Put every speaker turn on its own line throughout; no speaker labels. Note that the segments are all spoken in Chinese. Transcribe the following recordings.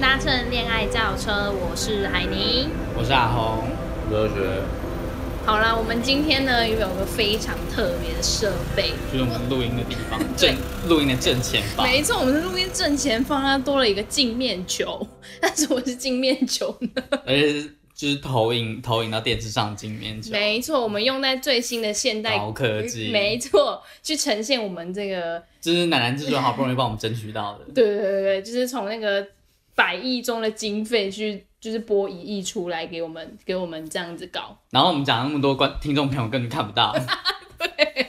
搭乘恋爱轿车，我是海宁。
我是阿红，
热血，
好啦，我们今天呢有个非常特别的设备，
就是我们录音的地方， 正录音的正前方。
没错，我们的录音正前方它多了一个镜面球，但是我是镜面球呢。
而且是就是投影投影到电视上的镜面球，
没错，我们用在最新的现代
高科技
没错，去呈现我们这个，
这是奶奶制作好不容易帮我们争取到的。
对对对对，就是从那个百亿中的经费去，就是拨一亿出来给我们，给我们这样子搞。
然后我们讲那么多观听众朋友根本看不 到。对。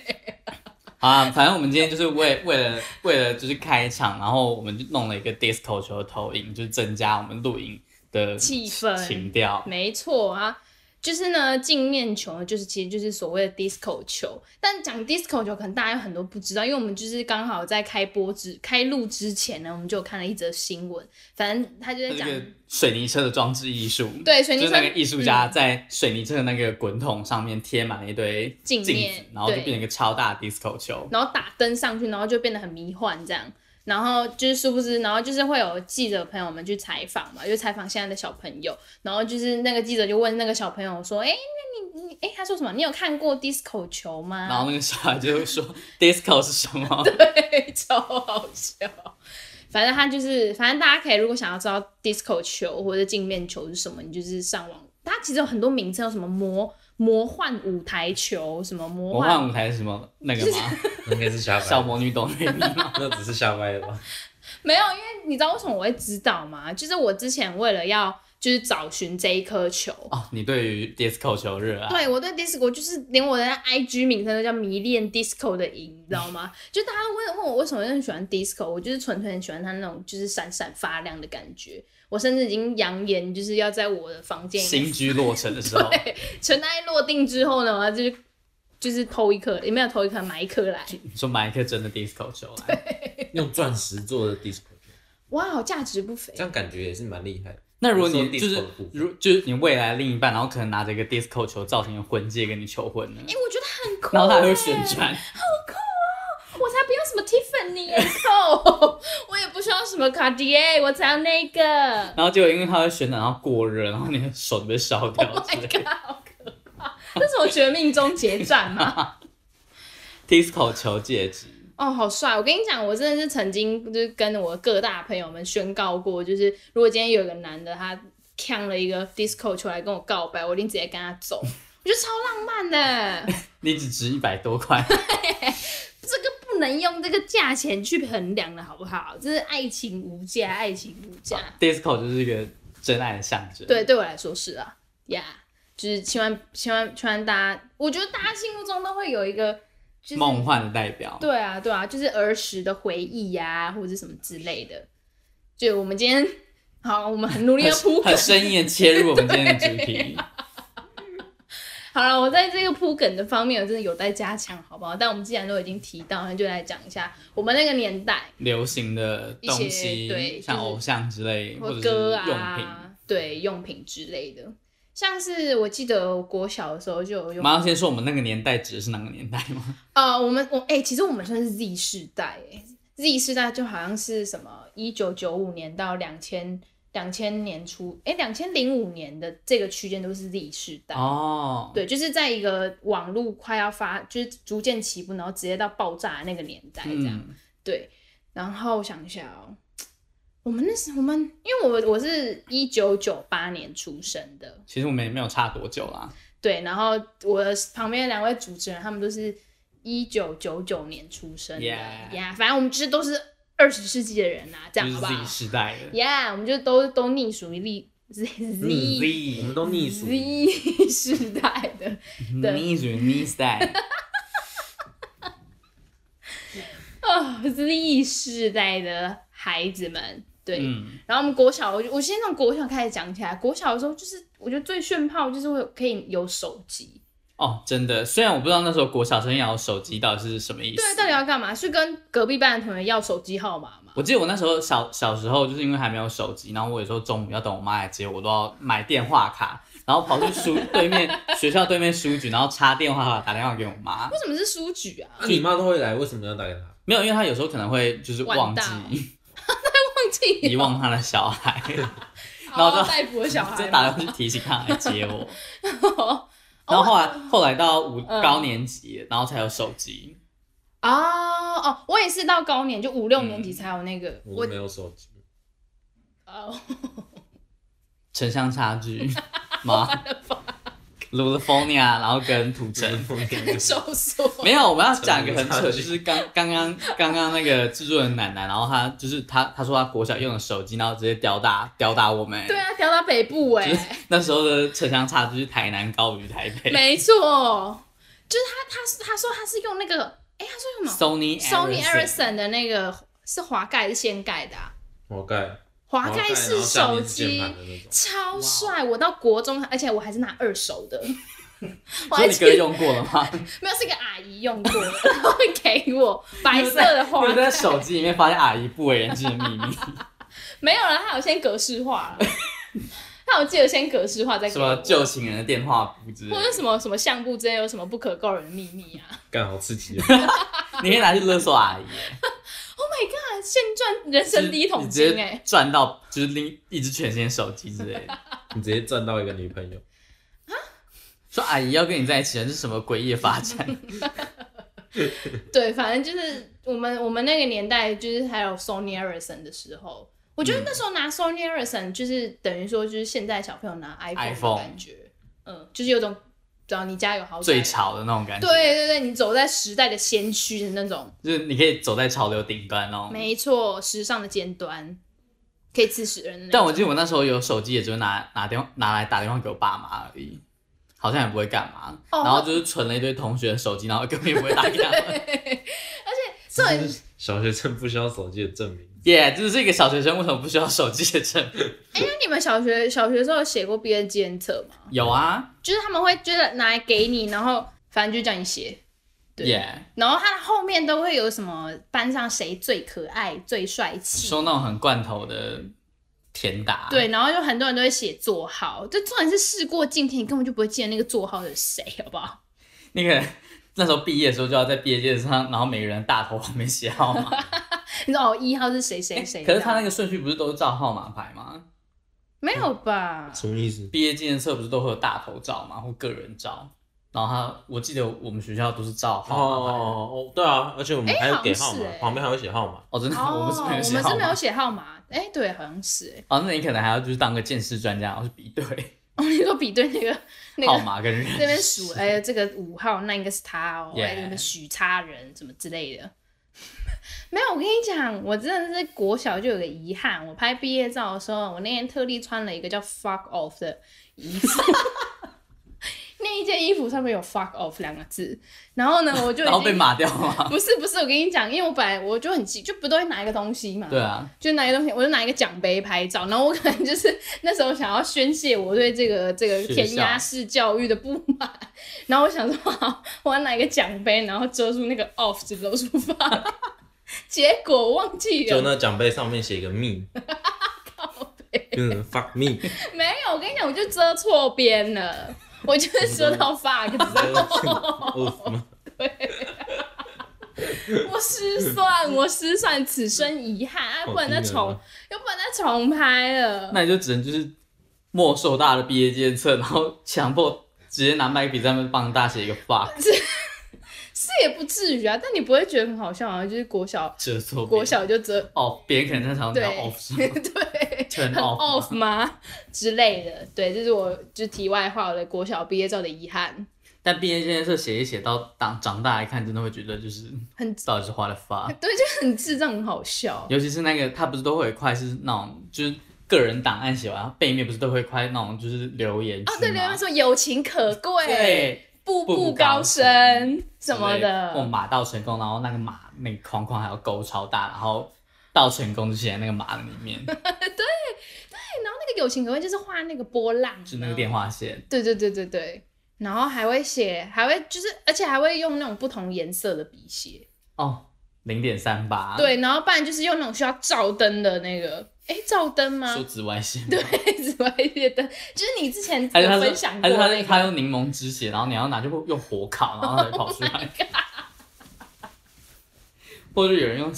啊，反正我们今天就是为为了为了就是开场，然后我们就弄了一个 disco 球的投影，就是增加我们录影的
气氛
情调。
没错啊，就是呢，镜面球呢就是其实就是所谓的 disco 球，但讲 disco 球可能大家有很多不知道，因为我们就是刚好在开播之开录之前呢，我们就有看了一则新闻，反正他就在
那
讲。
个水泥车的装置艺术，
对嗯水泥车
就是那个艺术家在水泥车的那个滚筒上面贴满了一堆
镜
镜
面
子，
对
然后就变成一个超大的 disco 球。
然后打灯上去，然后就变得很迷幻这样。然后就是殊不知，然后就是会有记者朋友们去采访嘛，就采访现在的小朋友。然后就是那个记者就问那个小朋友说：“哎，那你你哎，他说什么？你有看过 disco 球吗？”
然后那个小孩就会说 disco 是什么？
啊对， 超好笑。反正他就是，反正大家可以如果想要知道 disco 球或者镜面球是什么，你就是上网。它其实有很多名称，有什么魔魔幻舞台球，什么魔
魔
幻
幻舞台是什么那个吗？
应该是瞎掰，
小魔女懂内力吗？
那只是瞎掰的吧？
没有，因为你知道为什么我会知道吗？就是我之前为了要就是找寻这一颗球，
哦，你对于 disco 球热爱？
对我对 disco 就是连我的 IG 名称都叫迷恋 disco 的赢，你知道吗？ 就大家问问我为什么很喜欢 disco，我就是纯粹很喜欢它那种就是闪闪发亮的感觉。我甚至已经扬言，就是要在我的房间
新居落成的时候，
尘埃落定之后呢，我要就是就是偷一颗，也没有偷一颗，买一颗来。
你说买一颗真的 disco 球来。
用钻石做的 disco，
哇，价值不菲
这。样感觉也是蛮厉害的。
那如果
我说
你就
disco
是
的部分
如就是你未来另一半，然后可能拿着一个 disco 球造型的婚戒跟你求婚呢
哎、，我觉得很酷、欸。
然后他还会旋转。
我才不要什么 Tiffany Co，我 也不需要什么 Cartier，我才要那个。
然后结果因为它会旋转，然后过热，然后你的手就被烧掉
Oh
之
my
类
god，
的。
好可怕！这是我绝命终结战嘛？
disco 球戒指，
哦，好帅！我跟你讲，我真的是曾经就是跟我各大朋友们宣告过，就是如果今天有个男的他呛了一个 disco 球来跟我告白，我一定直接跟他走。我觉得超浪漫的，
你只值一百多块，
这个不能用这个价钱去衡量的好不好？这是爱情无价，爱情无价。
disco 就是一个真爱的象征。
对，，对我来说是啊，呀、就是千万千万千万大家，我觉得大家心目中都会有一个就是
梦幻的代表。
对啊对啊，就是儿时的回忆呀、或者是什么之类的。就我们今天好，我们很努力的铺梗
很很。深意的切入我们今天的主题，
好了，我在这个铺梗的方面，我真的有待加强，好不好？但我们既然都已经提到，那就来讲一下我们那个年代
流行的东
一些对
西，
就是
像偶像之类，或
或
者
歌
是用品。
啊，对用品之类的。像是我记得我国小的时候就有
我
用
们要先说我们那个年代指的是哪个年代吗？
呃，我们我哎、其实我们算是 Z 世代哎、z 世代就好像是什么一九九五年到两千两千年初，哎、两千零五年的这个区间都是 Z 世代。
哦，
对，就是在一个网络快要发，就是逐渐起步，然后直接到爆炸的那个年代这样。
嗯，
对，然后我想一下哦，我们那时我们因为我我是一九九八年出生的，
其实我们也没有差多久啦。
对，然后我的旁边的两位主持人，他们都是一九九九年出生的
Yeah
呀反正我们就是都是二十世纪的人啊啦、这
就
样
是
好不
Z
好
时代的
？Yeah，我们就都都隶属于历 Z Z
Z，
我嗯们都逆属，
Z 时代的，对
你属于 Ni 时 代。
啊、z 世代的孩子们，对。
嗯，
然后我们国小，我就我先从国小开始讲起来。国小的时候，就是我觉得最炫炮就是我有可以有手机，
哦，真的，虽然我不知道那时候国小生要手机到底是什么意思。
对，到底要干嘛？是跟隔壁班的同学要手机号码吗？
我记得我那时候小小时候，就是因为还没有手机，然后我有时候中午要等我妈来接我，我都要买电话卡，然后跑去书对面学校对面书局，然后插电话卡打电话给我妈。
为什么是书局啊？
那你妈都会来，为什么要打给她？
没有，因为她有时候可能会就是忘
晚到
记，
忘记气
遗忘他的小孩，
哦，
然后就
逮捕的小孩哦
就
嘛
打算去提醒他来接我。然后后来后来到五
嗯
高年级，然后才有手机。
哦哦，我也是到高年，就五六年级才有那个、
我
我
没有手机，
哦，
城乡差距 吗？California，然后跟 土城。
收缩。
没有，我们要讲一个很
城乡
扯，就
差距
是刚刚刚刚刚那个制作人奶奶，然后她就是她她说她国小用的手机，然后直接吊打吊打我们。
对啊，调到北部哎、
就是那时候的城乡差距是台南高于台 北。
没错，就是他他他说他是用那个哎、他说用什么 Sony
Sony
Ericsson 的那个是滑盖还是掀盖的啊？
我盖，
滑盖
然
式
后下
手
面是键
机
盘的那种，
超帅，我到国中，而且我还是拿二手 的，我
所
还
以你
记
哥
得
用过了吗？
没有是个阿姨用过，然后给我 白色的花
你有，在手机里面发现阿姨不为人知的秘 密，
没有了，他有先格式化了，他有记得先格式化再给
什么
我。
旧情人的电话簿之类
或者
的，
什么什么相簿之间有什么不可告人的秘密啊？
干好 刺激哦，
你可以拿去勒索阿姨，
啊，现赚人生第一桶
你直
金哎、
接赚到就是另一只全新的手机之 类的。
你直接赚到一个女朋友，
说阿姨要跟你在一起了，这是什么诡异的 发展？
对，反正就是我们我们那个年代，就是还有 Sony Ericsson 的时候，我
嗯
觉得那时候拿 Sony Ericsson 就是等于说就是现在小朋友拿 iPhone
iPhone
的感觉，嗯，就是有种只要你家有好
最，潮的那种感觉，
对，对对，你走在时代的先驱的那种，
就是你可以走在潮流顶端哦。
没错，时尚的尖端，可以吃死人的那
但
种。
我记得我那时候有手机，也就拿拿电话拿来打电话给我爸妈而已，好像也不会干嘛。
哦
然后就是存了一堆同学的手机，然后根本也不会打给 他们。
这
这是小学生不需要手机的证明，
耶，这是一个小学生为什么不需要手机的证明？
哎，那你们小学小学的时候有写过毕业纪念册吗？
有啊，
就是他们会就是拿来给你，然后反正就叫你写。对
耶，
然后他后面都会有什么班上谁最可爱、最帅气，
说那种很罐头的甜打。，
对，然后就很多人都会写座号，这重点是事过境迁，你根本就不会记得那个座号是谁，好不好？
那个那时候毕业的时候就要在毕业戒指上，然后每个人大头旁边写号 码。
你说哦，一号是谁谁谁？
可是他那
个
个顺序不是都是照号码牌吗？
没有吧？
什么意思？
毕业纪念册不是都会有大头照吗？或个人照？然后他，我记得我们学校都是照
哦
号码牌。
哦，对啊，而且我们还有给号
好像是
码
欸，
旁边还会写号码，
哦，真的， 我
哦，
们是没
我
有写
们
号
是没有
码。
写号码，哎，对，好像是 哎。
哦，那你可能还要就是当个见识专家，然后去比对
哦，你说比对那个 那
号
个
码跟人。
这边数，哎，这个五号，那应该是他哦，哎，
Yeah
那个许差人什么之类的。 没有，我跟你讲，我真的是国小就有个遗憾。我拍毕业照的时候，我那天特地穿了一个叫 “fuck off” 的衣服， 那一件衣服上面有 “fuck off” 两个字。然后呢，我就
然后
已
被
经
码掉吗？
不是不是，我跟你讲，因为我本来我就很急，就不都会拿一个东西嘛，
对啊，
就拿一个东西，我就拿一个奖杯拍照，然后我可能就是那时候想要宣泄我对这个 这个
学
填
校
鸭式教育的不满，然后我想说好，我要拿一个奖杯，然后遮住那个 off，只露出发， 结果我忘记
就
了，
那奖杯上面写一个 me，变成 fuck me，
没有，我跟你讲，我就遮错边了，我就是遮到 fuck，
哦吗？
我失算，我失算，此生遗憾，啊，不能再
好低
重
能啊，
又不能再重拍了。
那你就只能就是没收大家的毕业纪念册，然后强迫直接拿麦克笔在那边帮大家写一个 fuck，
这也不至于啊，但你不会觉得很好笑啊？就是国小
折错别人。
国小就遮
哦，别人可能在常常
对
讲 off 是吗
对
turn
很
off，
off 吗之类的？对，这是我就是题外话，我的国小毕业照的遗憾，
但毕业纪念册写一写到当长大来看，真的会觉得就是
很
到底是花了 fuck，
对，就很智障，很好笑。
尤其是那个他不是都会有一块是那种就是个人档案写完，然后背面不是都会有一块那种就是留言
哦，
区
对，留
吗
言说友情可贵，
对
步
步
步
步高
高升什么
我
的，
马到成功，然后那个马那个框框还要勾超大，然后到成功就写在那个马的里面，
那个友情可贵就是画那个波浪，
就那个电话线。
对对对对对，然后还会写，还会就是，而且还会用那种不同颜色的笔写，
哦，零点三八，，
对，然后不然就是用那种需要照灯的那个，哎，照灯吗？
说紫外线。
对， 紫外线灯，就是你之前有
还是他
分享过
说，还是他
那
用
个，
他用柠檬汁写，然后你要拿就会用
Oh
火烤，然后才跑出来。或者有人用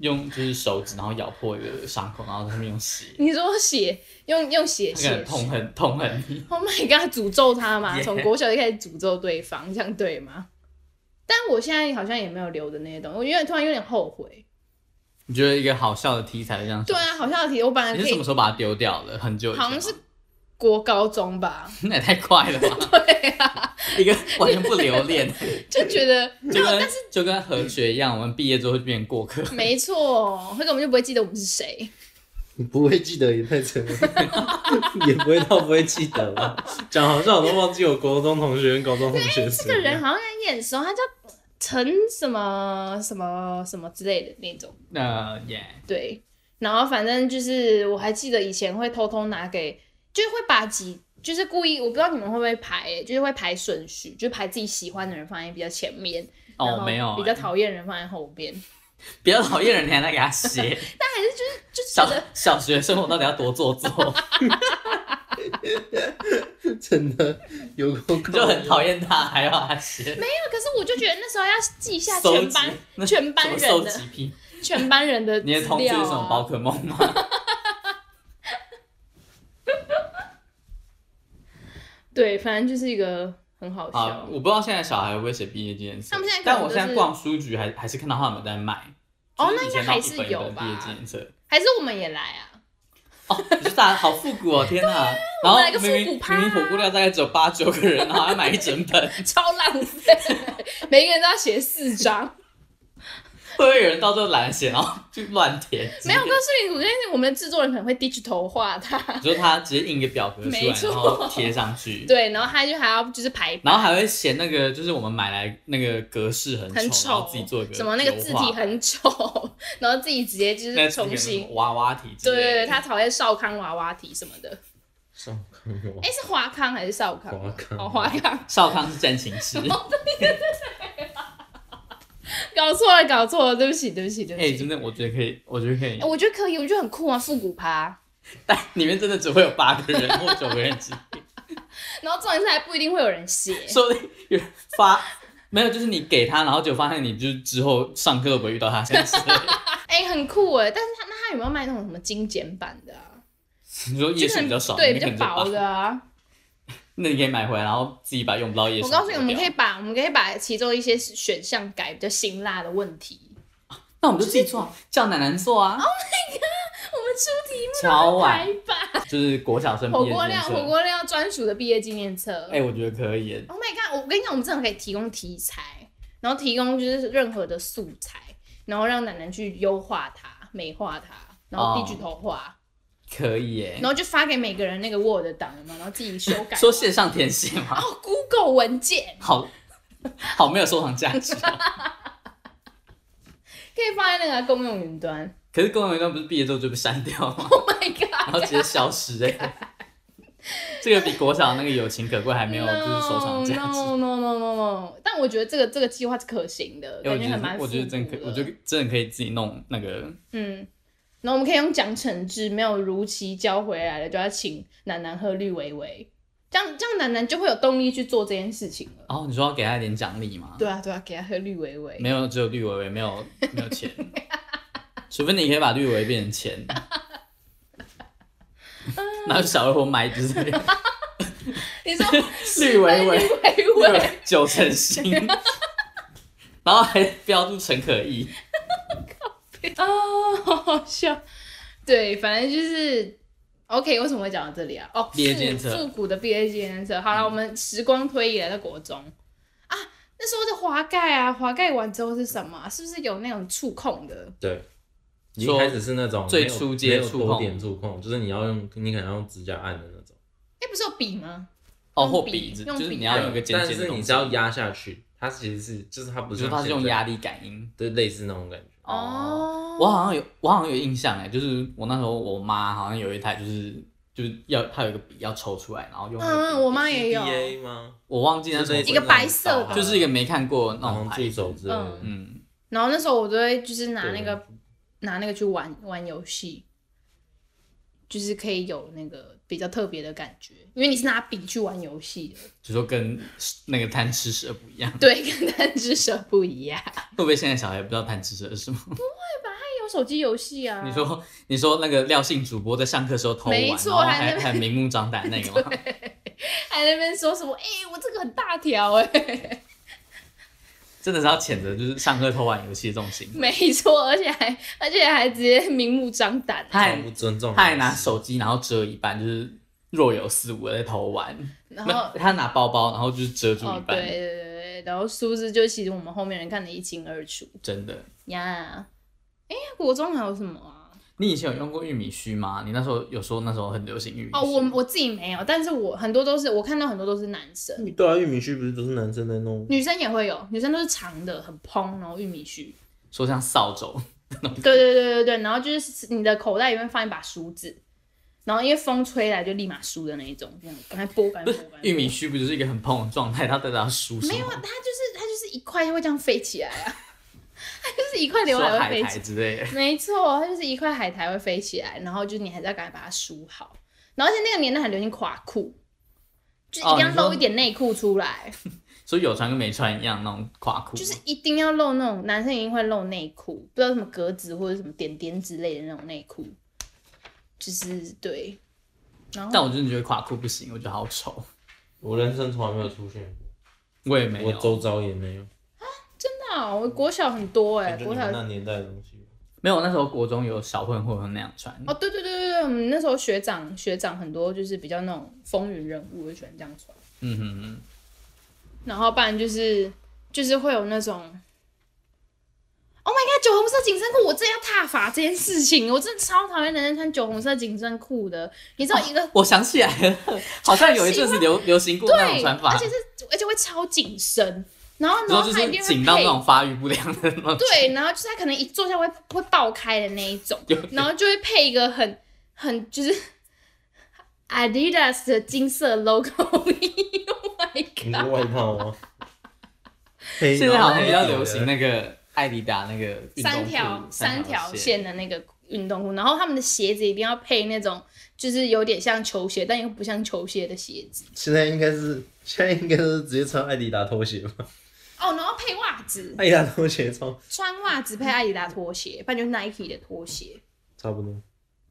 用就是手指，然后咬破一个伤口，然后他们用血，
你说血用用血
他可能
写
痛恨痛恨你。
Oh my god！诅咒他嘛，
Yeah
从国小就开始诅咒对方，这样对吗？但我现在好像也没有留的那些东西，我因为突然有点后悔。
你觉得一个好笑的题材这样？
对，啊，好像题我本来
你
可
是什
以
么，时候把它丢掉了？很久以前吗，
好像是国高中吧，
那也太快了 吧？对啊，一个完全不留恋，
就觉 得
就跟就跟和学一样，我们毕业之后就变过客。
没错，会根本就不会记得我们是谁。
你不会记得也太扯了， 也不会到不会记得吧？讲好像我都忘记我国中同学跟高中同学是啊
哎这个人好像很眼熟，他叫陈什么什么什么之类的那种。
那耶，
对，然后反正就是我还记得以前会偷偷拿给，就是会把几，就是故意，我不知道你们会不会排、欸就是会排顺序，就是排自己喜欢的人放在比较前面，然
哦
后
没有欸，
比较讨厌的人放在后边，
比较讨厌人，你还在给他写。
就是觉
小
得
小学生活到底要多 做作？
真的有够
你就很讨厌他，还要他写。
没有，可是我就觉得那时候要记下
收
全
集
班
那
全班
什么
人
收
的
集癖。
全班人的资
你
料、
的
啊、
同学是什么宝可梦吗？
对，反正就是一个很好
啊，
笑。
我不知道现在小孩会不会写毕业纪念册。
他们现在可能
但我现
都
在
是
逛书局还还是看到他们有在卖。
哦
就是
那
以
应
前
该还
那
是
种一本一
有
本毕业
吧
纪念册。
还是我们也来啊？
哦，你是大好复古哦，天哪！然后
我们来个
明明
复古趴
明明火锅料大概只有八九个人，然后还买一整本，
超浪 费，每个人都要写四张。
会不会有人到最后懒得写，然后就乱填？
没有，我告诉你，我跟我们的制作人可能会 digital 化 它，
你说他直接印一个表格出来
没，错
然后贴上去，
对，然后他就还要就是排版，
然后还会嫌那个就是我们买来那个格式很丑，
很
然
丑
后自己做一个，
什么那个字体很丑，然后自己直接就是
那字体
重
有什
新
么。娃娃体之
对
类的，
对对，他讨厌少康娃娃体什么的。
上课吗
哎，是华康还是少康？
华康
哦，华康，
少康是战情 师，
搞错了，搞错了，对不起，对不起，对不
哎，
起。
真的我觉得可以，我觉得可以
哎，，我觉得可以，我觉得很酷啊，复古趴。
但里面真的只会有八个人或九个人 之
然后重点是还不一定会有人写。
说不定有人发没有，就是你给他，然后就发现你就是之后上课都不会遇到他，像 是
哎、很酷哎！但是他那他有没有卖那种什么精简版的啊？
你说
就
夜
是
市
很
比较少，
对，
你
比
可
较
能就
薄
把，
的啊。
那你可以买回来，然后自己把用不到夜市
我
丢掉。
告诉你，我们可以把我们可以把其中一些选项改比较辛辣的问题。
那我们就自己 做啊，叫奶奶做啊，
Oh 我们出题
超
目
晚
排版
就是国小生毕
火
业
锅料
纪念册
火锅料专属的毕业纪念册。
哎，我觉得可以耶，
oh my god！我跟你讲，我们真的可以提供题材，然后提供就是任何的素材，然后让奶奶去优化它、美化它，然后
哦
地 i 头化
可以耶。
然。后就发给每个人那个 Word 档嘛，然后自己修改
说线上填写嘛，
哦，Google 文件。
好 好没有收藏价 值哦。
可以放在那个公用云端。
可是公务员端不是毕业之后就被删掉吗？
Oh my
然后
god！
直接消失哎、这个比国小那个友情可贵，还没有就是收藏价值。
No no no no no！但我觉得这个这个计划是可行的，
哎我
感
觉
觉还蛮
得，我觉得真
复
可，
古的
我觉得真的可以自己弄那个。
嗯。然后我们可以用奖惩制，没有如期交回来的，就要请楠楠喝绿维维，这样这样楠楠就会有动力去做这件事情了。
哦，你说要给他一点奖励吗？
对啊对啊，给他喝绿维维。
没有，只有绿维维，没有没有 钱。除非你可以把绿维变成钱，然后小二我买一只这个
你说
绿维
绿
维，绿
维维，
维维九成新，然后还标注陈可意。
啊、好好笑。对，反正就是 OK。为什么会讲到这里啊？哦，
毕业纪念
复
册
复古的毕业纪念册。好了，我们时光推移来到国中啊，那时候的滑盖啊，滑盖完之后是什么啊？是不是有那种触控的？
对，一
说
开始是那种
最
没有
初接
没有
触
多
碰
点触控，就是你要用，你可能要用指甲按的那种，
哎、不是有笔吗？
哦，
用
或
笔
笔子，
用
就是
笔
你要有一个尖
但
尖
是
的
你
东
是
西。
要压下去，它其实是就是它不
我
是
觉得它
像
是用
现在
压，力感应。
对，类似那种感觉。
哦，
我好像有，我好像有印象哎，就是我那时候我妈好像有一台，就是就是要她有一个笔要抽出来，然后用那个笔。
嗯，我妈也有
BA 吗？
我忘记那
就
时
是嗯
候
一个白色的
就是一个没看过那
然
种
后
牌
助
子。
手之类的，
嗯
嗯，
然后那时候我都会就是拿
对
那个拿那个去玩玩游戏，就是可以有那个比较特别的感觉，因为你是拿笔去玩游戏的，
就说跟那个贪吃 蛇不一样，
对，跟贪吃蛇不一样。
会不会现在小孩不知道贪吃蛇是什么？
有玩手机游戏啊。
你说你说那个廖姓主播在上课时候偷玩，
没错
然后
还在
还
那
还明目张胆那个吗？
还在那边说什么？哎、我这个很大条哎、
真的是要谴责，就是上课偷玩游戏这种行为。
没错，而且还而且还直接明目张胆。
他还
超不尊重老师。
他还拿手机，然后遮一半，就是若有似无的在偷玩。
然
没有
后
他拿包包，然后就是遮住一
哦，对
半，
对对对，然后是不是就其实我们后面人看得一清二楚
真的。
呀？哎、国中还有什么啊？
你以前有用过玉米须吗？你那时候有说那时候很流行玉米须
哦，我我自己没有，但是我很多都是我看到很多都是男生，
你对啊，玉米须不是都是男生在弄？
女生也会有，女生都是长的，很蓬，然后玉米须。
说像扫帚，
对对对对对，然后就是你的口袋里面放一把梳子，然后因为风吹来就立马梳的那一种，这样赶快拨，赶快拨，赶快拨
玉米须不就是一个很蓬的状态，它在那梳什
没有
么
啊，它就是它就是一块会这样飞起来啊， 它就是一块刘
说
海会
海
飞
苔
起
之类的。
来，没错，它就是一块海苔会飞起来，然后就你还是要赶快把它梳好，然后而且那个年代很流行垮裤，就一定
哦
要
你说
露一点内裤出来，
所以有穿跟没穿一样那种垮裤，
就是一定要露那种男生一定会露内裤，不知道什么格子或者什么点点之类的那种内裤，就是对，然
但
后
我真的觉得垮裤不行，我觉得好丑。
我人生从来没有出现，
我也没
我
有，
周遭也没有。
那我国小很多哎、
感觉
国
你
小
们那年代的东西，
没有。那时候国中有小混混会那样穿，
哦，对对对对对，我们那时候学长学长很多就是比较那种风云人物，就喜欢这样穿。
嗯哼哼，
然后不然就是就是会有那种，Oh my god，酒红色紧身裤，我真的要踏伐这件事情，我真的超讨厌男生穿酒红色紧身裤的。你知道一个、
我想起来了，好像有一阵子流流行过那种
对，
穿法
而，且是而且会超紧身，然后
然
然
后
后
就
他一
是
定会
紧到那
配。
种发育不良的那种。
对，然后就是他可能一坐下会会爆开的那一种
有，
然后就会配一个很很就是 Adidas 的金色 logo。Oh my
你的
god！
外套吗？黑
现在好
然
像
后
比较流行
黑底的
那个艾迪达那个运动裤
三条
三
条
线，
线的那个运动裤，然后他们的鞋子一定要配那种就是有点像球鞋，但又不像球鞋的鞋子
现在应该是现在应该是直接穿艾迪达拖鞋吧？
哦，然后配袜子，
艾迪达拖鞋超
穿袜子配阿迪达拖鞋，不然就是 Nike 的拖鞋。
差不多。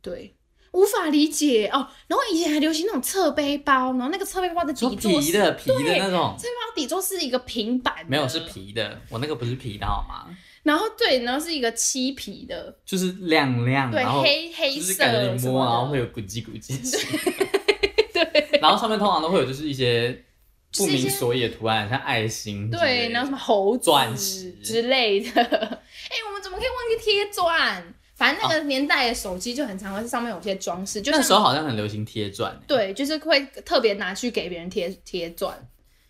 对，无法理解哦。然后以前还流行那种侧背包，然后那个侧背包的
说
底座
皮
是
的皮的那种，
侧背包底座是一个平板，
没有是。皮的，我那个不是皮的好吗？
然后对，然后是一个漆皮的，
就是亮亮，
对，
嗯然后
黑黑
就是
色
感觉你
什
摸，然后
么
会
的。
有咕叽 咕叽声。对，然后上面通常都会有就是一些不明所以的图案，像爱心之类
对，
的
然后什么猴子
钻石
之类的。 哎、我们怎么可以忘记贴钻？反正那个年代的手机就很常会上面有些装饰，就
那
像
时候好像很流行贴钻，欸
对，就是会特别拿去给别人贴贴钻，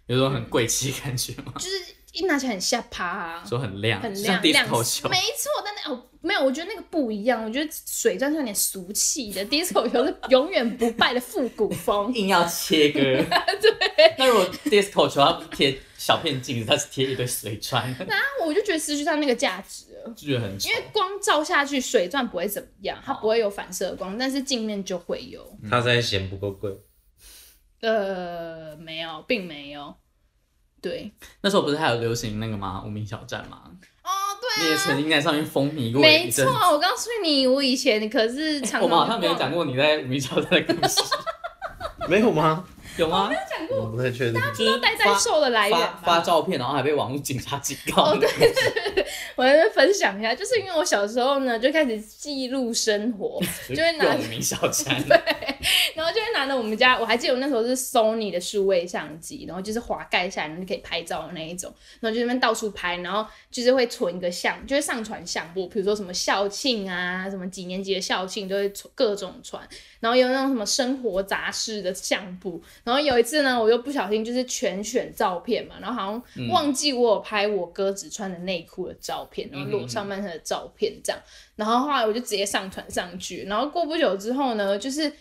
有种很贵气的感觉嘛，
就是一拿起来很吓趴啊。
说很亮，
很
就
亮
像
亮
disco 球
没。错，但那哦没有，我觉得那个不一样，我觉得水钻是有点俗气的，disco 球是永远不败的复古风。 啊
硬要切割，对。那如果 disco 球它不是贴小片镜子，它是贴一堆水穿，
那我就觉得失去它那个价值了，
就觉得很丑
因。为光照下去，水钻不会怎么样，它不会有反射光，但是镜面就会有。
嗯
他在嫌不够贵，
呃，没有，并没有。对，
那时候不是还有流行那个吗？无名小站吗？
哦，
你也曾经在上面风靡
对，
过
没
一
错
阵。，
我告诉你，我以前可是 常常
我们好
就
像哦没有
逛
讲过你在无名小站的 故事，
没有吗？
有吗？
讲过
我不太确定。
就是
待在
发
兽的来源
发
吧。
发照片，然后还被网络警察警告。
哦对我在这边分享一下，就是因为我小时候呢就开始记录生活，就会拿
用无名小 站，
然后就会拿着我们家，我还记得我那时候是 Sony 的数位相机，然后就是滑盖下来，然后就可以拍照的那一种，然后就在那边到处拍，然后就是会存一个相，就会上传相簿，比如说什么校庆啊，什么几年级的校庆，就会存各种传，然后有那种什么生活杂事的相簿，然后有一次呢，我又不小心就是全选照片嘛，然后好像忘记我有拍我哥只穿的内裤的照片，然后裸上半身的照片这样，然后后来我就直接上传上去，然后过不久之后呢，就是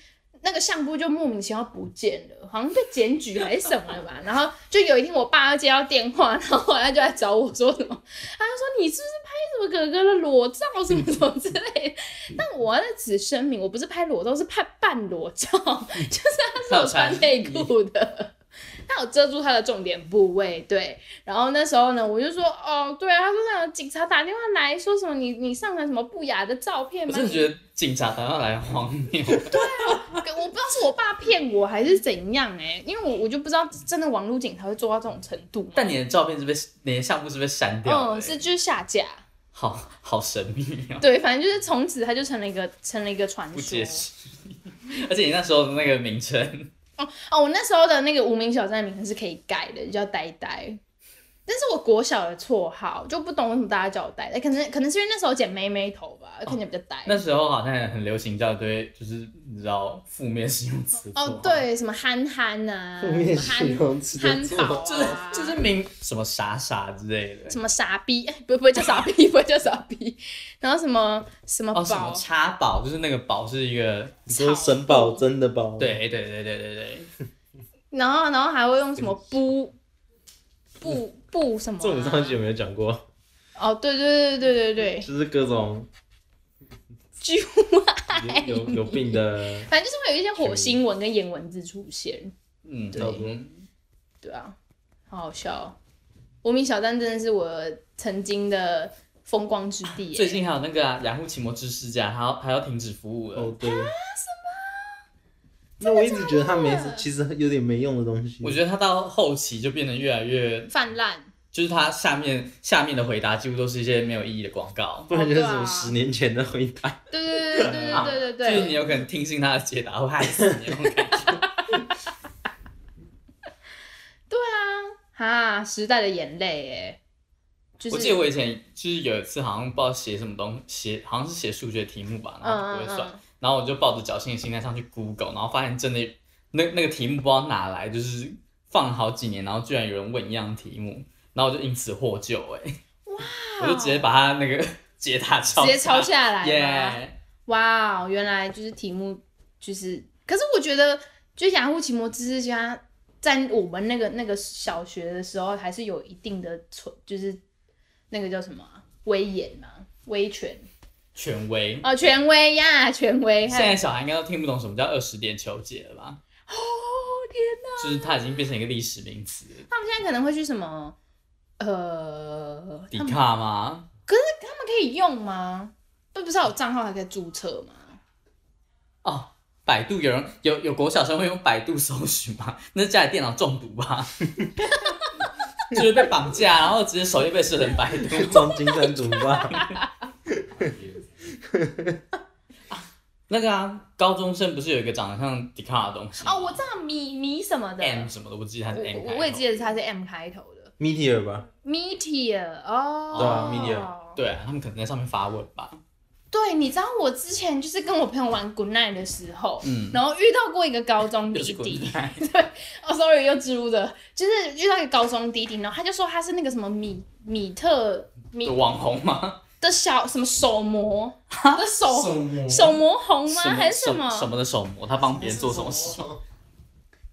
那个相簿就莫名其妙不见了，好像被检举还是什么了吧。 然后就有一天我爸接到电话，然后后来他就来找我说什么，他就说你是不是拍什么哥哥的裸照什么什么之类的。 但我要在此声明，我 不是拍裸照，是拍半裸照，就是他是有穿内裤的。他有遮住他的重点部位，对。然后那时候呢，我就说，哦，对啊，他说那有警察打电话来说什么你你上传什么不雅的照片
我
吗？
真的
你
觉得警察打电话来很荒 谬，
跟我不知道是我爸骗我还是怎样哎、因为我我就不知道真的网络警察会做到这种程度。
但你的照片是被你的项目是被删掉的、欸
嗯，是就是下架，
好好神秘哦，
对，反正就是从此他就成了一个成了一个传
不
说
解。释。 而且你那时候的那个名称，
哦，我那时候的那个无名小站的名称是可以改的，就叫呆呆。但是我国小的绰号就不懂为什么大家叫我呆呆，可能可能是因为那时候剪妹妹头吧，看起来比较呆。
哦那时候好像也很流行叫一堆，就是你知道负面形容词。
哦，，对，什么憨憨啊，
负面
什
形
么
容词
憨
的
憨宝
做
啊，
就是就是名什么傻傻之类的，
什么傻逼， 哎不不会叫傻逼， 不会叫傻逼，然后什么什么
哦
宝，啊
什么插宝，就是那个宝是一个，
你说神宝真的宝，，
对对对对对对，
然后然后还会用什么不不不什么、
这我们上一集有
啊？
没有讲过？
哦，对对对对对对，
就是各种
就
有有有病的，
反正就是会有一些火星文跟颜文字出现。
嗯，
对
差不多
对啊，好好笑、哦。无名小站真的是我曾经的风光之地耶。
最近还有那个啊，雅虎奇摩知识家，还要还要停止服务了。
哦对。什么？那我一直觉得它没，其实有点没用的东西。
我觉得它到后期就变得越来越，
泛滥，
就是它下面下面的回答几乎都是一些没有意义的广告，
不然就是什
哦对啊
么十年前的回答，
对对对对对对
就
对
是你
对。
有可能听信他的解答会害死你那种感觉。
哈，时代的眼泪耶， 就
我记得
是
我以前就是有一次好像不知道写什么东写，好像是写数学题目吧，然后就不会算，
嗯嗯嗯
然后我就抱着侥幸的心态上去 Google，然后发现真的那那个题目不知道哪来，就是放了好几年，然后居然有人问一样题目，然后我就因此获救、欸，哎，我就直接把他那个 解答抄，
直接抄下来
耶、
嘛。哇哦，原来就是题目就是，可是我觉得就雅虎奇摩知识家在我们那个那个小学的时候，还是有一定的存，就是那个叫什么啊、威严嘛，威权
权威。
哦，权威呀，权威。
现在小孩应该都听不懂什么叫二十点求解了吧？
哦天哪！
就是它已经变成一个历史名词，
他们现在可能会去什么？呃，
迪
他们
卡吗？
他们可以用吗？不不是还有账号还可以注册吗？
哦，百度有人有有国小生会用百度搜寻吗？ 那是家里电脑中毒吧？ 就是被绑架，然后直接首页被设成百度。
装金山主吧？
那个啊，高中生不是有一个长得像迪卡的东西
哦，我知道米米什么的，
M 什么的，我记得它是
我
M
我我也
开头
记得它是 M 开头的
Meteor 吧，
Meteor 哦，
对啊，Meteor
对啊，他们可能在上面发问吧。
对，你知道我之前就是跟我朋友玩 Good Night 的时候，
嗯
然后遇到过一个高中弟
又是滚
弟，
蛋，
哦，sorry 又植入的，就是遇到一个高中弟弟，然后他就说他是那个什么米米特米
有网红吗？
的小什么手模的手
哦
模
手模红吗？还是
什
什么？
什么的手模？他帮别人做什么事？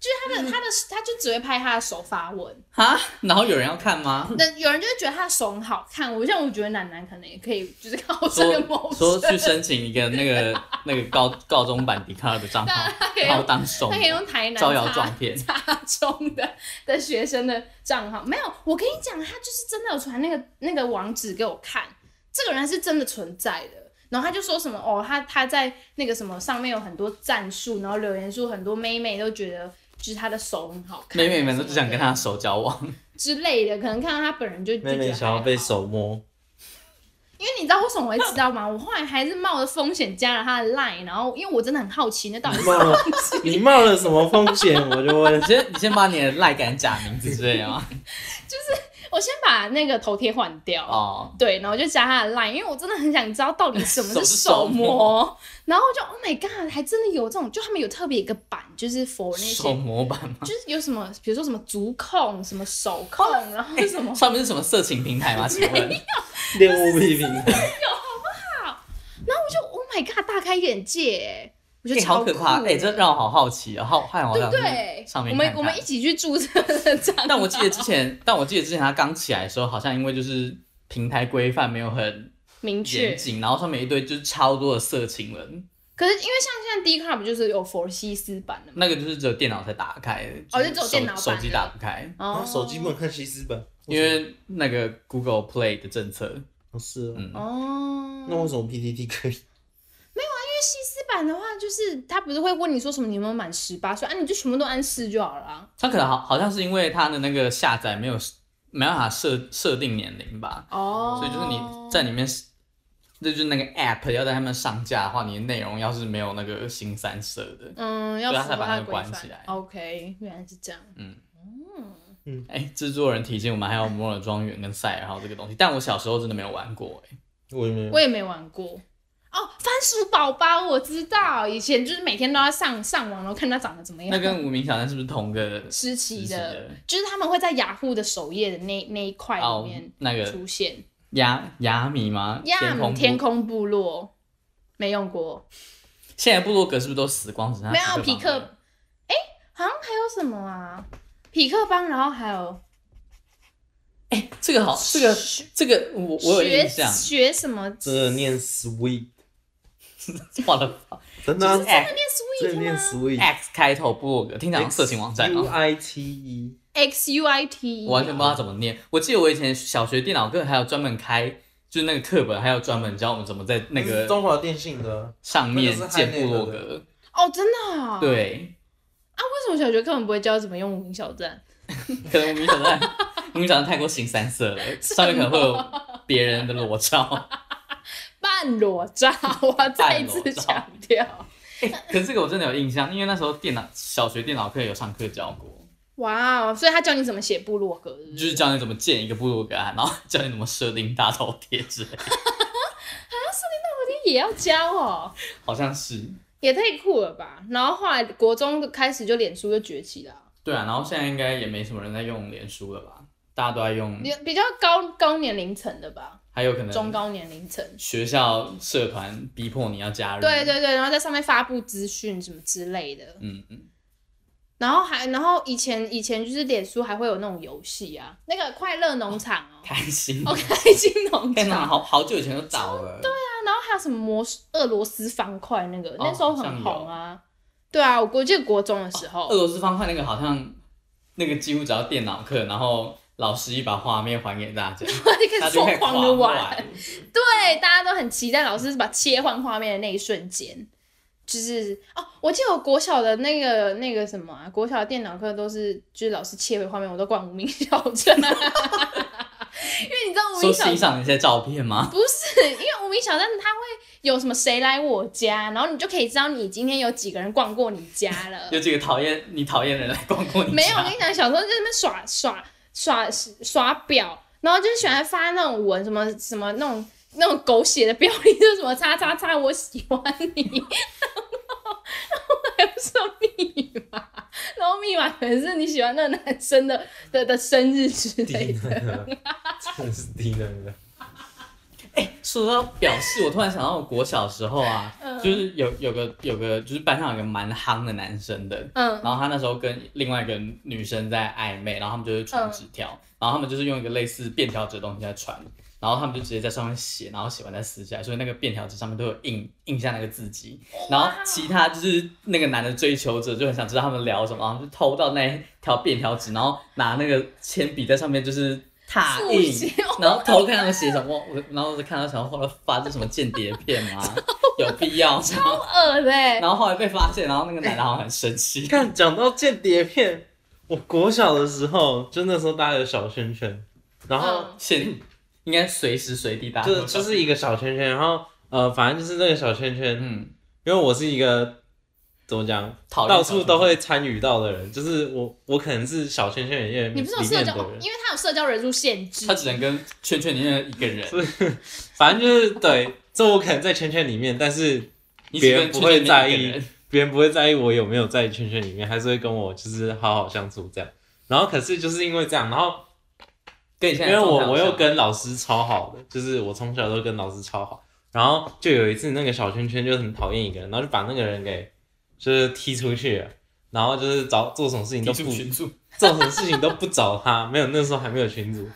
就是他的他的他就只会拍他的手发文，
哈？然后有人要看吗？
那有人就会觉得他的手很好看。我像我觉得楠楠可能也可以，就是靠 这个谋
说说
生，
去申请一个那个那个高高中版迪卡的账号，
可以
然后当手
他
模
可以用台南
招摇
插
撞骗。
插中的的学生的账号。没有，我跟你讲，他就是真的有传那个那个网址给我看，这个人是真的存在的。然后他就说什么哦，他他在那个什么上面有很多战术，然后留言数很多妹妹都觉得。就是他的手很好看，
妹妹们都只想跟他手交往，
之类的，可能看到他本人就就
妹
觉
妹
得
想要
还
被
好
手摸，
因为你知道为什么我会知道吗？我后来还是冒着风险加了他的 line，然后因为我真的很好奇那到底
你
是
冒 了你冒了什么风险？我就问
你，先你先把你的赖感假名字之类 的吗？
我先把那个头贴换掉。
哦，
对，然后我就加他的 line，因为我真的很想知道到底什么
什么
是
是
手
手
模。 然后我就 Oh my God，还真的有这种，就他们有特别一个版，就是 for 那
哦手
些，
模板吗？
就是有什么，比如说什么足控、什么手控，然后什么
上面是哦哎什么色情 平台吗？请问
恋物癖平台，
就 Oh my God，大开眼界欸，我觉得
你
超
好
酷
可怕！哎，
欸
这让我好好奇哦，好害我好
对不
想
对
去？上面
我
看
们
看
我们一起去注册的账号。
但我记得之前，但我记得之前他刚起来的时候，好像因为就是平台规范没有很
明
严
确，
谨，然后上面一堆就是超多的色情人，
可是因为像像 D 卡不就是有佛西斯版的吗？
那个就是只有电脑才打得开的，
哦
是
就只有电脑版
手手机
的
打不开，
哦
啊，手机不能看西斯版，
因为那个 Google Play 的政策，
哦是哦，
嗯，
哦，
那为什么 PTT 可以？
西斯版的话，就是他不是会问你说什么你有没有满十八岁啊？你就全部都按四就好了、啊。
它可能好好像是因为它的那个下载没有没办法设设定年龄吧，
哦
所以就是你在里面，这就是那个 App 要在他们上架的话，你的内容要是没有那个新三色的，
嗯，要
对啊
符
才
合
把
它
它
的规
关
范
起来嗯
OK，原来是这样。
哎、制作人提醒我们还有摩尔庄园跟赛尔号这个东西，但我小时候真的没有玩过、哎，
我也没有
我，也没玩过。哦，番薯宝宝我知道，以前就是每天都要上上网，然后看它长得怎么样。
那跟无名小站是不是同个
吃奇
时期
的， 就是他们会在雅虎的首页的那那一块里
哦
面，
那个
出现。
雅雅米吗？
呀，
空
天
天。
空部落没用过，
现在部落格是不是都死光？只剩下
没有
匹
匹克，哎、
克
好像还有什么啊？匹克帮，然后还有
邦了。这个好，这个
学
这个我我有
学
印象。
学什么？
真的念 sweet，
我的
真的啊
就是在
真的念 sweet，U
X 开头部落格，听起来好像色情网站哦。
I T E，
X U I T
我完全不知道它怎么念。我记得我以前小学电脑课还有专门开，就是那个课本还有专门教我们怎么在那
这是
个
嗯中华电信的啊，
上面
那个是
建部落
汉内
格。
哦，真的、啊？啊，
对，
为什么小学课本不会教怎么用无名小站？
可能我们想在我们想太过形三色了， 上面可能会有别人的裸照。
半裸照，我要再次
半裸照
强调。
可是这个我真的有印象，因为那时候电脑小学电脑课有上课教过。
哇哦！所以他教你怎么写部落格，是不
就是是教你怎么建一个部落格啊，然后教你怎么设定大头贴之类的，
也要教哦，
好像是。
也太酷了吧！然后后来国中开始就脸书就崛起了啊，
对啊，然后现在应该也没什么人在用脸书了吧？大家都在用，
比比较高高年龄层的吧，
还有可
中
能
高年龄层。
学校社团逼迫你要加入。
对，对对，然后在上面发布资讯什么之类的，
嗯嗯，
然后还然后以前以前就是脸书还会有那种游戏啊，那个快乐农场哦，
开心。
哦开心农
天
场
哪，，好好久以前就倒了。对
然后还有什么摩斯俄罗斯方块那个，
哦
那时候很红啊。对啊，我我记得国中的时候，
俄罗斯方块那个好像那个几乎只要电脑课，然后老师一把画面还 给大家，
就
大
开
家
始
就开
疯
始
狂的玩。
玩。
对，大家都很期待老师把切换画面的那一瞬间，就是哦，我记得我国小的那个那个什么啊，国小的电脑课都是就是老师切回画面，我都灌无名小 站，因为你知道无
说
名小
欣
站。
赏一些照片吗？
不是，因为无名小站它会有什么谁来我家，然后你就可以知道你今天有几个人逛过你家了。
有几个讨厌你讨厌的人来逛过你家？
没有，我跟你讲，小时候就在那边耍耍耍耍表，然后就是喜欢发那种文，什么什么那种那种狗血的标题，就是什么叉叉叉，我喜欢你， 然后然后还不是有密码，然后密码可能是你喜欢那个男生的的的生日之类
低
的。
能啊，真的是低能的。
说到表示，我突然想到，我国小时 候啊，
嗯
就是有有个有个就是班上有个蛮夯的男生的，
嗯，
然后他那时候跟另外一个女生在暧昧，然后他们就是传纸条，
嗯
然后他们就是用一个类似便条纸的东西在传，然后他们就直接在上面写，然后写完再撕下来，所以那个便条纸上面都有印印下那个字迹，然后其他就是那个男的追求者就很想知道他们聊什么，然后就偷到那一条便条纸，然后拿那个铅笔在上面就是。踏
复
印
写，
然后偷看他们写什么，我然后我就看到想后来发这什么间谍片吗？ 有必要
超
吗？
恶的、欸，
然后后来被发现，然后那个男的好像很生气
你。 看，讲到间谍片，我国小的时候，就那时候大家有小圈圈，然后
嗯
现应该随时随地打，
就就是一个小圈圈，然后呃，反正就是那个小圈圈，
嗯，
因为我是一个怎么讲，
讨厌
到处都会参与到的人，就是我我可能是小圈圈里面
你
里
不是有社
面
交，
的
哦
人，
因为他有社交人数限制，
他只能跟圈圈里面的一个人，
反正就是对，这我可能在圈圈里面，但是
你只
别
跟
人
圈
不
圈里
会
面
在
一个
意
人，，
别人不会在意我有没有在圈圈里面，还是会跟我就是好好相处这样。然后可是就是因为这样，然后
跟你现
因
在
为
的状态
我
好
我
像
又跟老师超好的，就是我从小都跟老师超好。然后就有一次那个小圈圈就很讨厌一个人，然后就把那个人给就是踢出去了，然后就是找做什么事情都
提
不
出群组，
做什么事情都不找他，没有那时候还没有群主，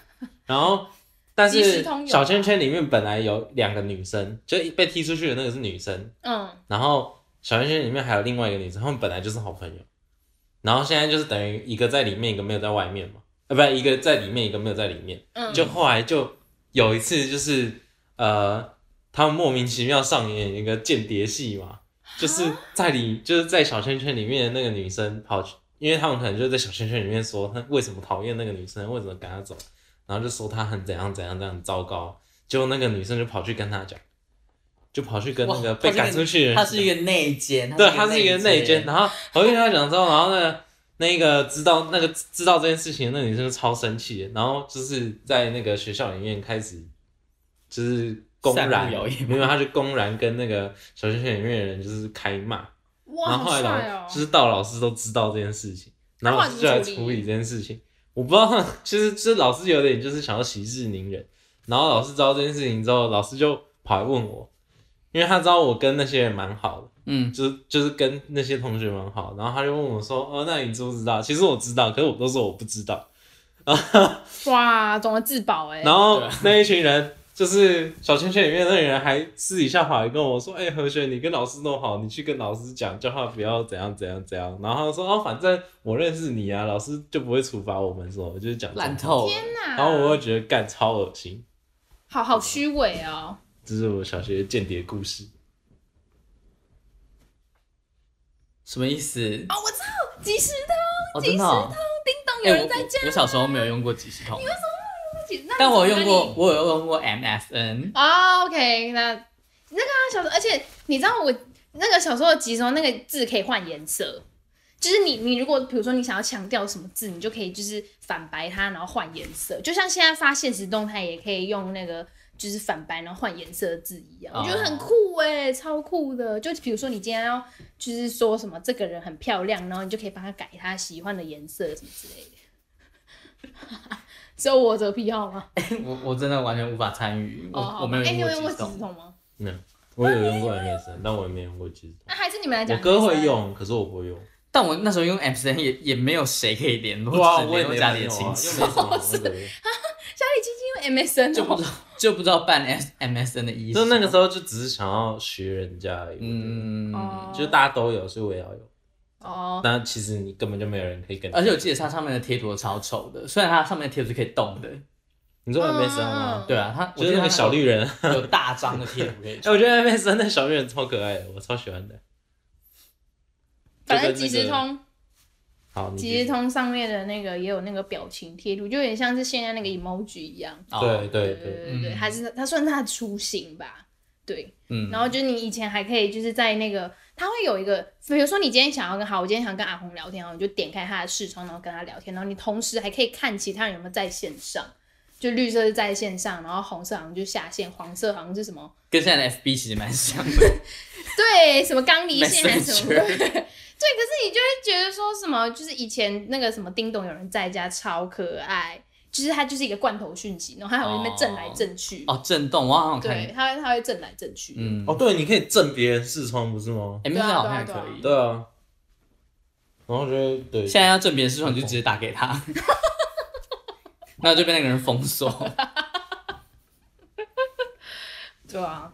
然后但
即时
是
通有
小
吧
圈圈里面本来有两个女生，就被踢出去的那个是女生，
嗯，
然后小圈圈里面还有另外一个女生，她们本来就是好朋友，然后现在就是等于一个在里面，一个没有在外面嘛，呃，不，一个在里面，一个没有在里面。
嗯
就后来就有一次就是呃，他们莫名其妙上演一个间谍戏嘛，就是
啊
在里就是在小圈圈里面的那个女生跑去，因为他们可能就在小圈圈里面说他为什么讨厌那个女生，为什么赶她走，然后就说她很怎样怎样怎样很糟糕，结果那个女生就跑去跟他讲。就跑去跟那个
哇
被赶出去的人
他
讲，
是一个内奸，
对，他是一个内
奸。
奸。然后 我就跟他讲之后，然后那个那个知道那个知道这件事情的那女生就超生气的，然后就是在那个学校里面开始就是公
散
然，
布谣言
没有，他就公然跟那个小圈圈里面的人就是开骂，
哇，
然后后
好
来
帅
老
哦
就！是到老师都知道这件事情，然后
后
老
来
师
怎
就
么
来
处理
处理这件事情。我不知道， 其实就是老师有点就是想要息事宁人，然后老师知道这件事情之后，老师就跑来问我，因为他知道我跟那些人蛮好的。
嗯，
就是就是跟那些同学蛮好，然后他就问我说：“哦，那你知不知道？”其实我知道，可是我都说我不知道。
哇，懂得自保哎、
然后
对啊
那一群人就是小圈圈里面那群人，还私底下跑来跟我说：“哎、何雪，你跟老师弄好，你去跟老师讲，叫他不要怎样怎样怎样。”然后他说：“哦，反正我认识你啊，老师就不会处罚我们什么。”我就是讲这种
烂。透了。
天哪！
然后我会觉得干超恶心，
好好虚伪哦。
这是我小学的间谍故事。
什么意思？
哦，我知道，即时通，
哦，
即
真
时
的哦
通，。叮咚，
哎
有人
我
在叫。
我小时候没有用过即时通，
那你
但我有用
怎么跟
过
你，
我有用过 MSN。
啊、o k 那那个啊，小时候，而且你知道我那个小时候的集中那个字可以换颜色，就是你你如果比如说你想要强调什么字，你就可以就是反白它，然后换颜色，就像现在发现实动态也可以用那个。就是反白然后换颜色的字一样，我觉得很酷哎、超酷的。就比如说你今天要就是说什么这个人很漂亮，然后你就可以帮他改他喜欢的颜色什么之类的。 只有我这个癖好吗？
我我真的完全无法参与，哎我、
哦，好
我没
吧
有
哎、你有用
用
过
过
即
即
时
时通。
通吗？
我有用过 MSN，但我也没用过其实。
那还是你们来讲。
我哥会，用，可是我不会用。
但我那时候用 MSN 也也没有谁可以联络，
哇，
只能
我也
联络
没
家
办法
里的
用
亲戚，
啊又没什 么那个人
家里亲戚用 MSN
就不知 道就不知道办 S MSN 的意思。
就那个时候就只是想要学人家而已，嗯，
嗯，
哦，
就大家都有，所以我也要有。
哦，
但其实你根本就没有人可以跟你，
而且我记得它上面的贴图超丑的，虽然它上面的贴图是可以动的，
你说 MSN 吗？
对啊，它
就是那个小绿人， 哎，
有大张的贴图可以
。我觉得 MSN 那小绿人超可爱的，我超喜欢的。
反正
就
即
跟那个
时通，
好，你
即
继
时
续
通上面的那个也有那个表情贴图，就有点像是现在那个 emoji 一样。
哦
对，
对
对对，
对对，
嗯
还是它算是它的雏形吧。对，
嗯，
然后就是你以前还可以就是在那个，它会有一个，比如说你今天想要跟好，我今天想跟阿红聊天，然后你就点开他的视窗，然后跟他聊天，然后你同时还可以看其他人有没有在线上，就绿色是在线上，然后红色好像就下线，黄色好像是什么
跟现在的 FB 其实蛮像的，
对，什么刚离线还是什么的
Messenger
对，可是你就会觉得说什么，就是以前那个什么叮咚有人在家超可爱，就是它就是一个罐头讯息，然后它会那边震来震去，
哦，震动，我好像有看
对，，它它会震来震去。
嗯，
哦，对，你可以震别人视窗，不是吗？
m
对啊
s n 好像也
对啊
可以。
对啊，然后我觉得对，
现在要正别的事情，你就直接打给 他，那就被那个人封锁。
对啊，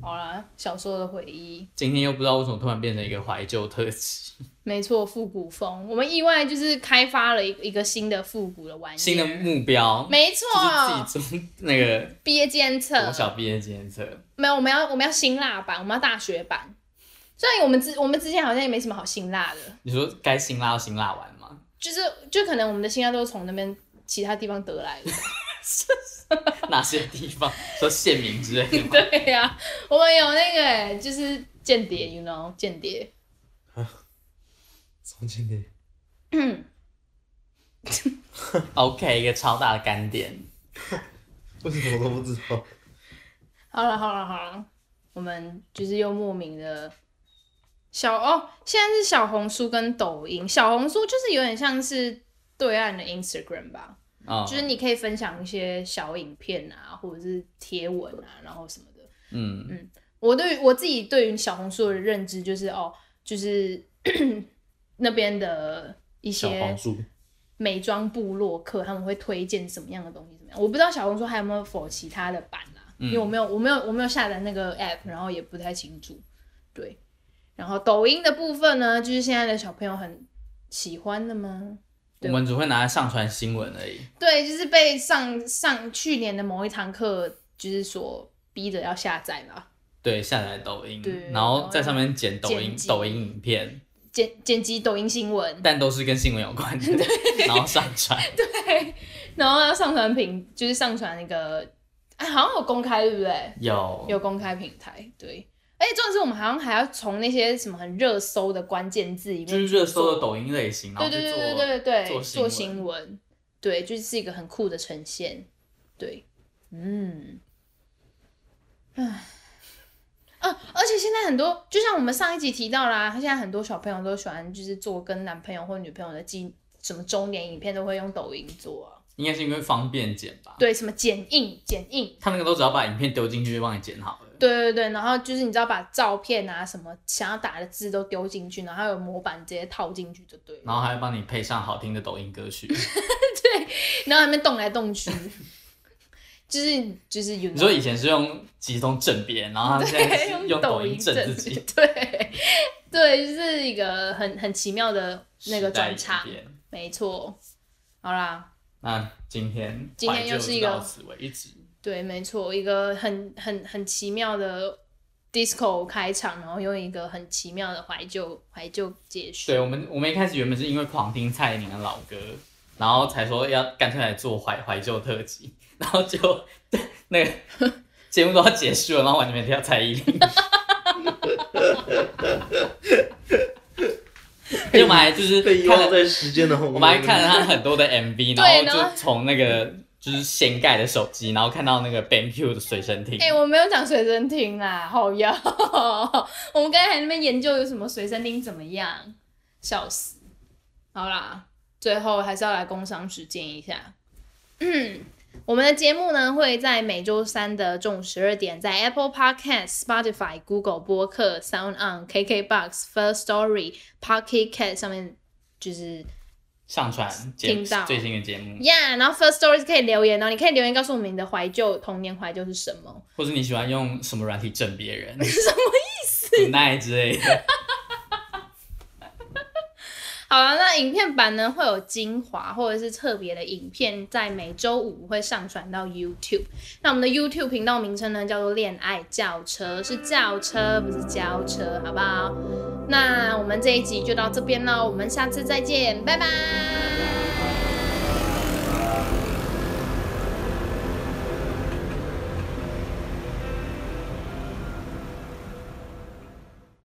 好啦，小时候的回忆，
今天又不知道为什么突然变成一个怀旧特辑，
没错，复古风，我们意外就是开发了一一个新的复古的玩意儿，
新的目标
没错，
就是自己中那个
毕业监测，
国小毕业纪念册，
没有，我们要我们要辛辣版，我们要大学版。虽然我们之我们之前好像也没什么好辛辣的，
你说该辛辣要辛辣完吗？
就是就可能我们的辛辣都是从那边其他地方得来的。
哪些地方说县名之类的吗？
对呀、我们有那个、欸、就是间谍，you know，间谍。
从今天
OK，一个超大的干点。
为什么我都不知道？
好了好了好了，我们就是又莫名的小哦，现在是小红书跟抖音，小红书就是有点像是对岸的 Instagram 吧，
啊、
就是你可以分享一些小影片啊，或者是贴文啊，然后什么的。
嗯，
我对于我自己对于小红书的认知就是哦，就是 那边的一
小
些
黄书，
美妆部落客，他们会推荐什么样的东西，怎么样？我不知道小红书还有没有否其他的版啦、因为我没有，我没有，我没有下载那个 app，然后也不太清楚。对，然后抖音的部分呢，就是现在的小朋友很喜欢的吗？
我们只会拿来上传新闻而已。
对，就是被上上去年的某一堂课，就是所逼着要下载嘛。
对，下载抖音
对，
然后在上面剪抖音
剪辑
抖音影片，
剪剪辑抖音新闻，
但都是跟新闻有 关的， 然后上传。
然后要上传平，就是上传那个，哎，好像有公开，对不对？
有
有公开平台，对。而且重点是我们好像还要从那些什么很热搜的关键字里面，
就是热搜的抖音类型，然
对
后
对
去
对
做
对对对对，
做
做
新
新闻，对，就是一个很酷的呈现，对，嗯，唉，啊，而且现在很多，就像我们上一集提到啦，现在很多小朋友都喜欢就是做跟男朋友或女朋友的纪什么周年影片都会用抖音做啊，
应该是因为方便剪吧。
对，什么剪映剪映，
他那个都只要把影片丢进去就帮你剪好了。
对对对，然后就是你知道把照片啊什么想要打的字都丢进去，然后还有模板直接套进去就对了。
然后还帮你配上好听的抖音歌曲。
然后他们动来动去， 就是就是有
你说以前是用集中整别人，然后他现 在是用抖音整自己，，
对对，就是一个很很奇妙的那个转场
时代演，变
没错。好啦，
那今天
今天又是一个
怀旧就到此为止，
对，没错，一个很很很奇妙的 disco 开场，然后用一个很奇妙的怀旧怀旧结束。
对我们我们一开始原本是因为狂听蔡依林的老歌，然后才说要干脆来做怀怀旧特辑，然后就那个 节目都要结束了，然后完全没听到蔡依林。而且我们还就是
被遗
看了
忘在时间的后面。
我们还看了他很多的 MV，
对
然
然
后
后
就从那个就是掀盖的手机，然后看到那个 BenQ 的随身听
哎、，我没有讲随身听啦， 好呀！我们刚才还在那边研究有什么随身听怎么样，笑死。好啦，最后还是要来工商实践一下。嗯，我们的节目呢会在每周三的中午十二点，在 Apple Podcast、Spotify、Google 播客、Sound On、KKBox、First Story、Pocket Cat 上面就是
上传节目
听到
最新的节目，
Yeah，然后 First Story 可以留言哦，你可以留言告诉我们你的怀旧童年怀旧是什么。
或者你喜欢用什么软体整 别人，什么意思？Night 之类的，
好了，那影片版呢会有精华或者是特别的影片，在每周五会上传到 YouTube。那我们的 YouTube 频道名称呢叫做“恋爱轿车”，是轿车不是轿车，好不好？那我们这一集就到这边喽，我们下次再见，拜拜。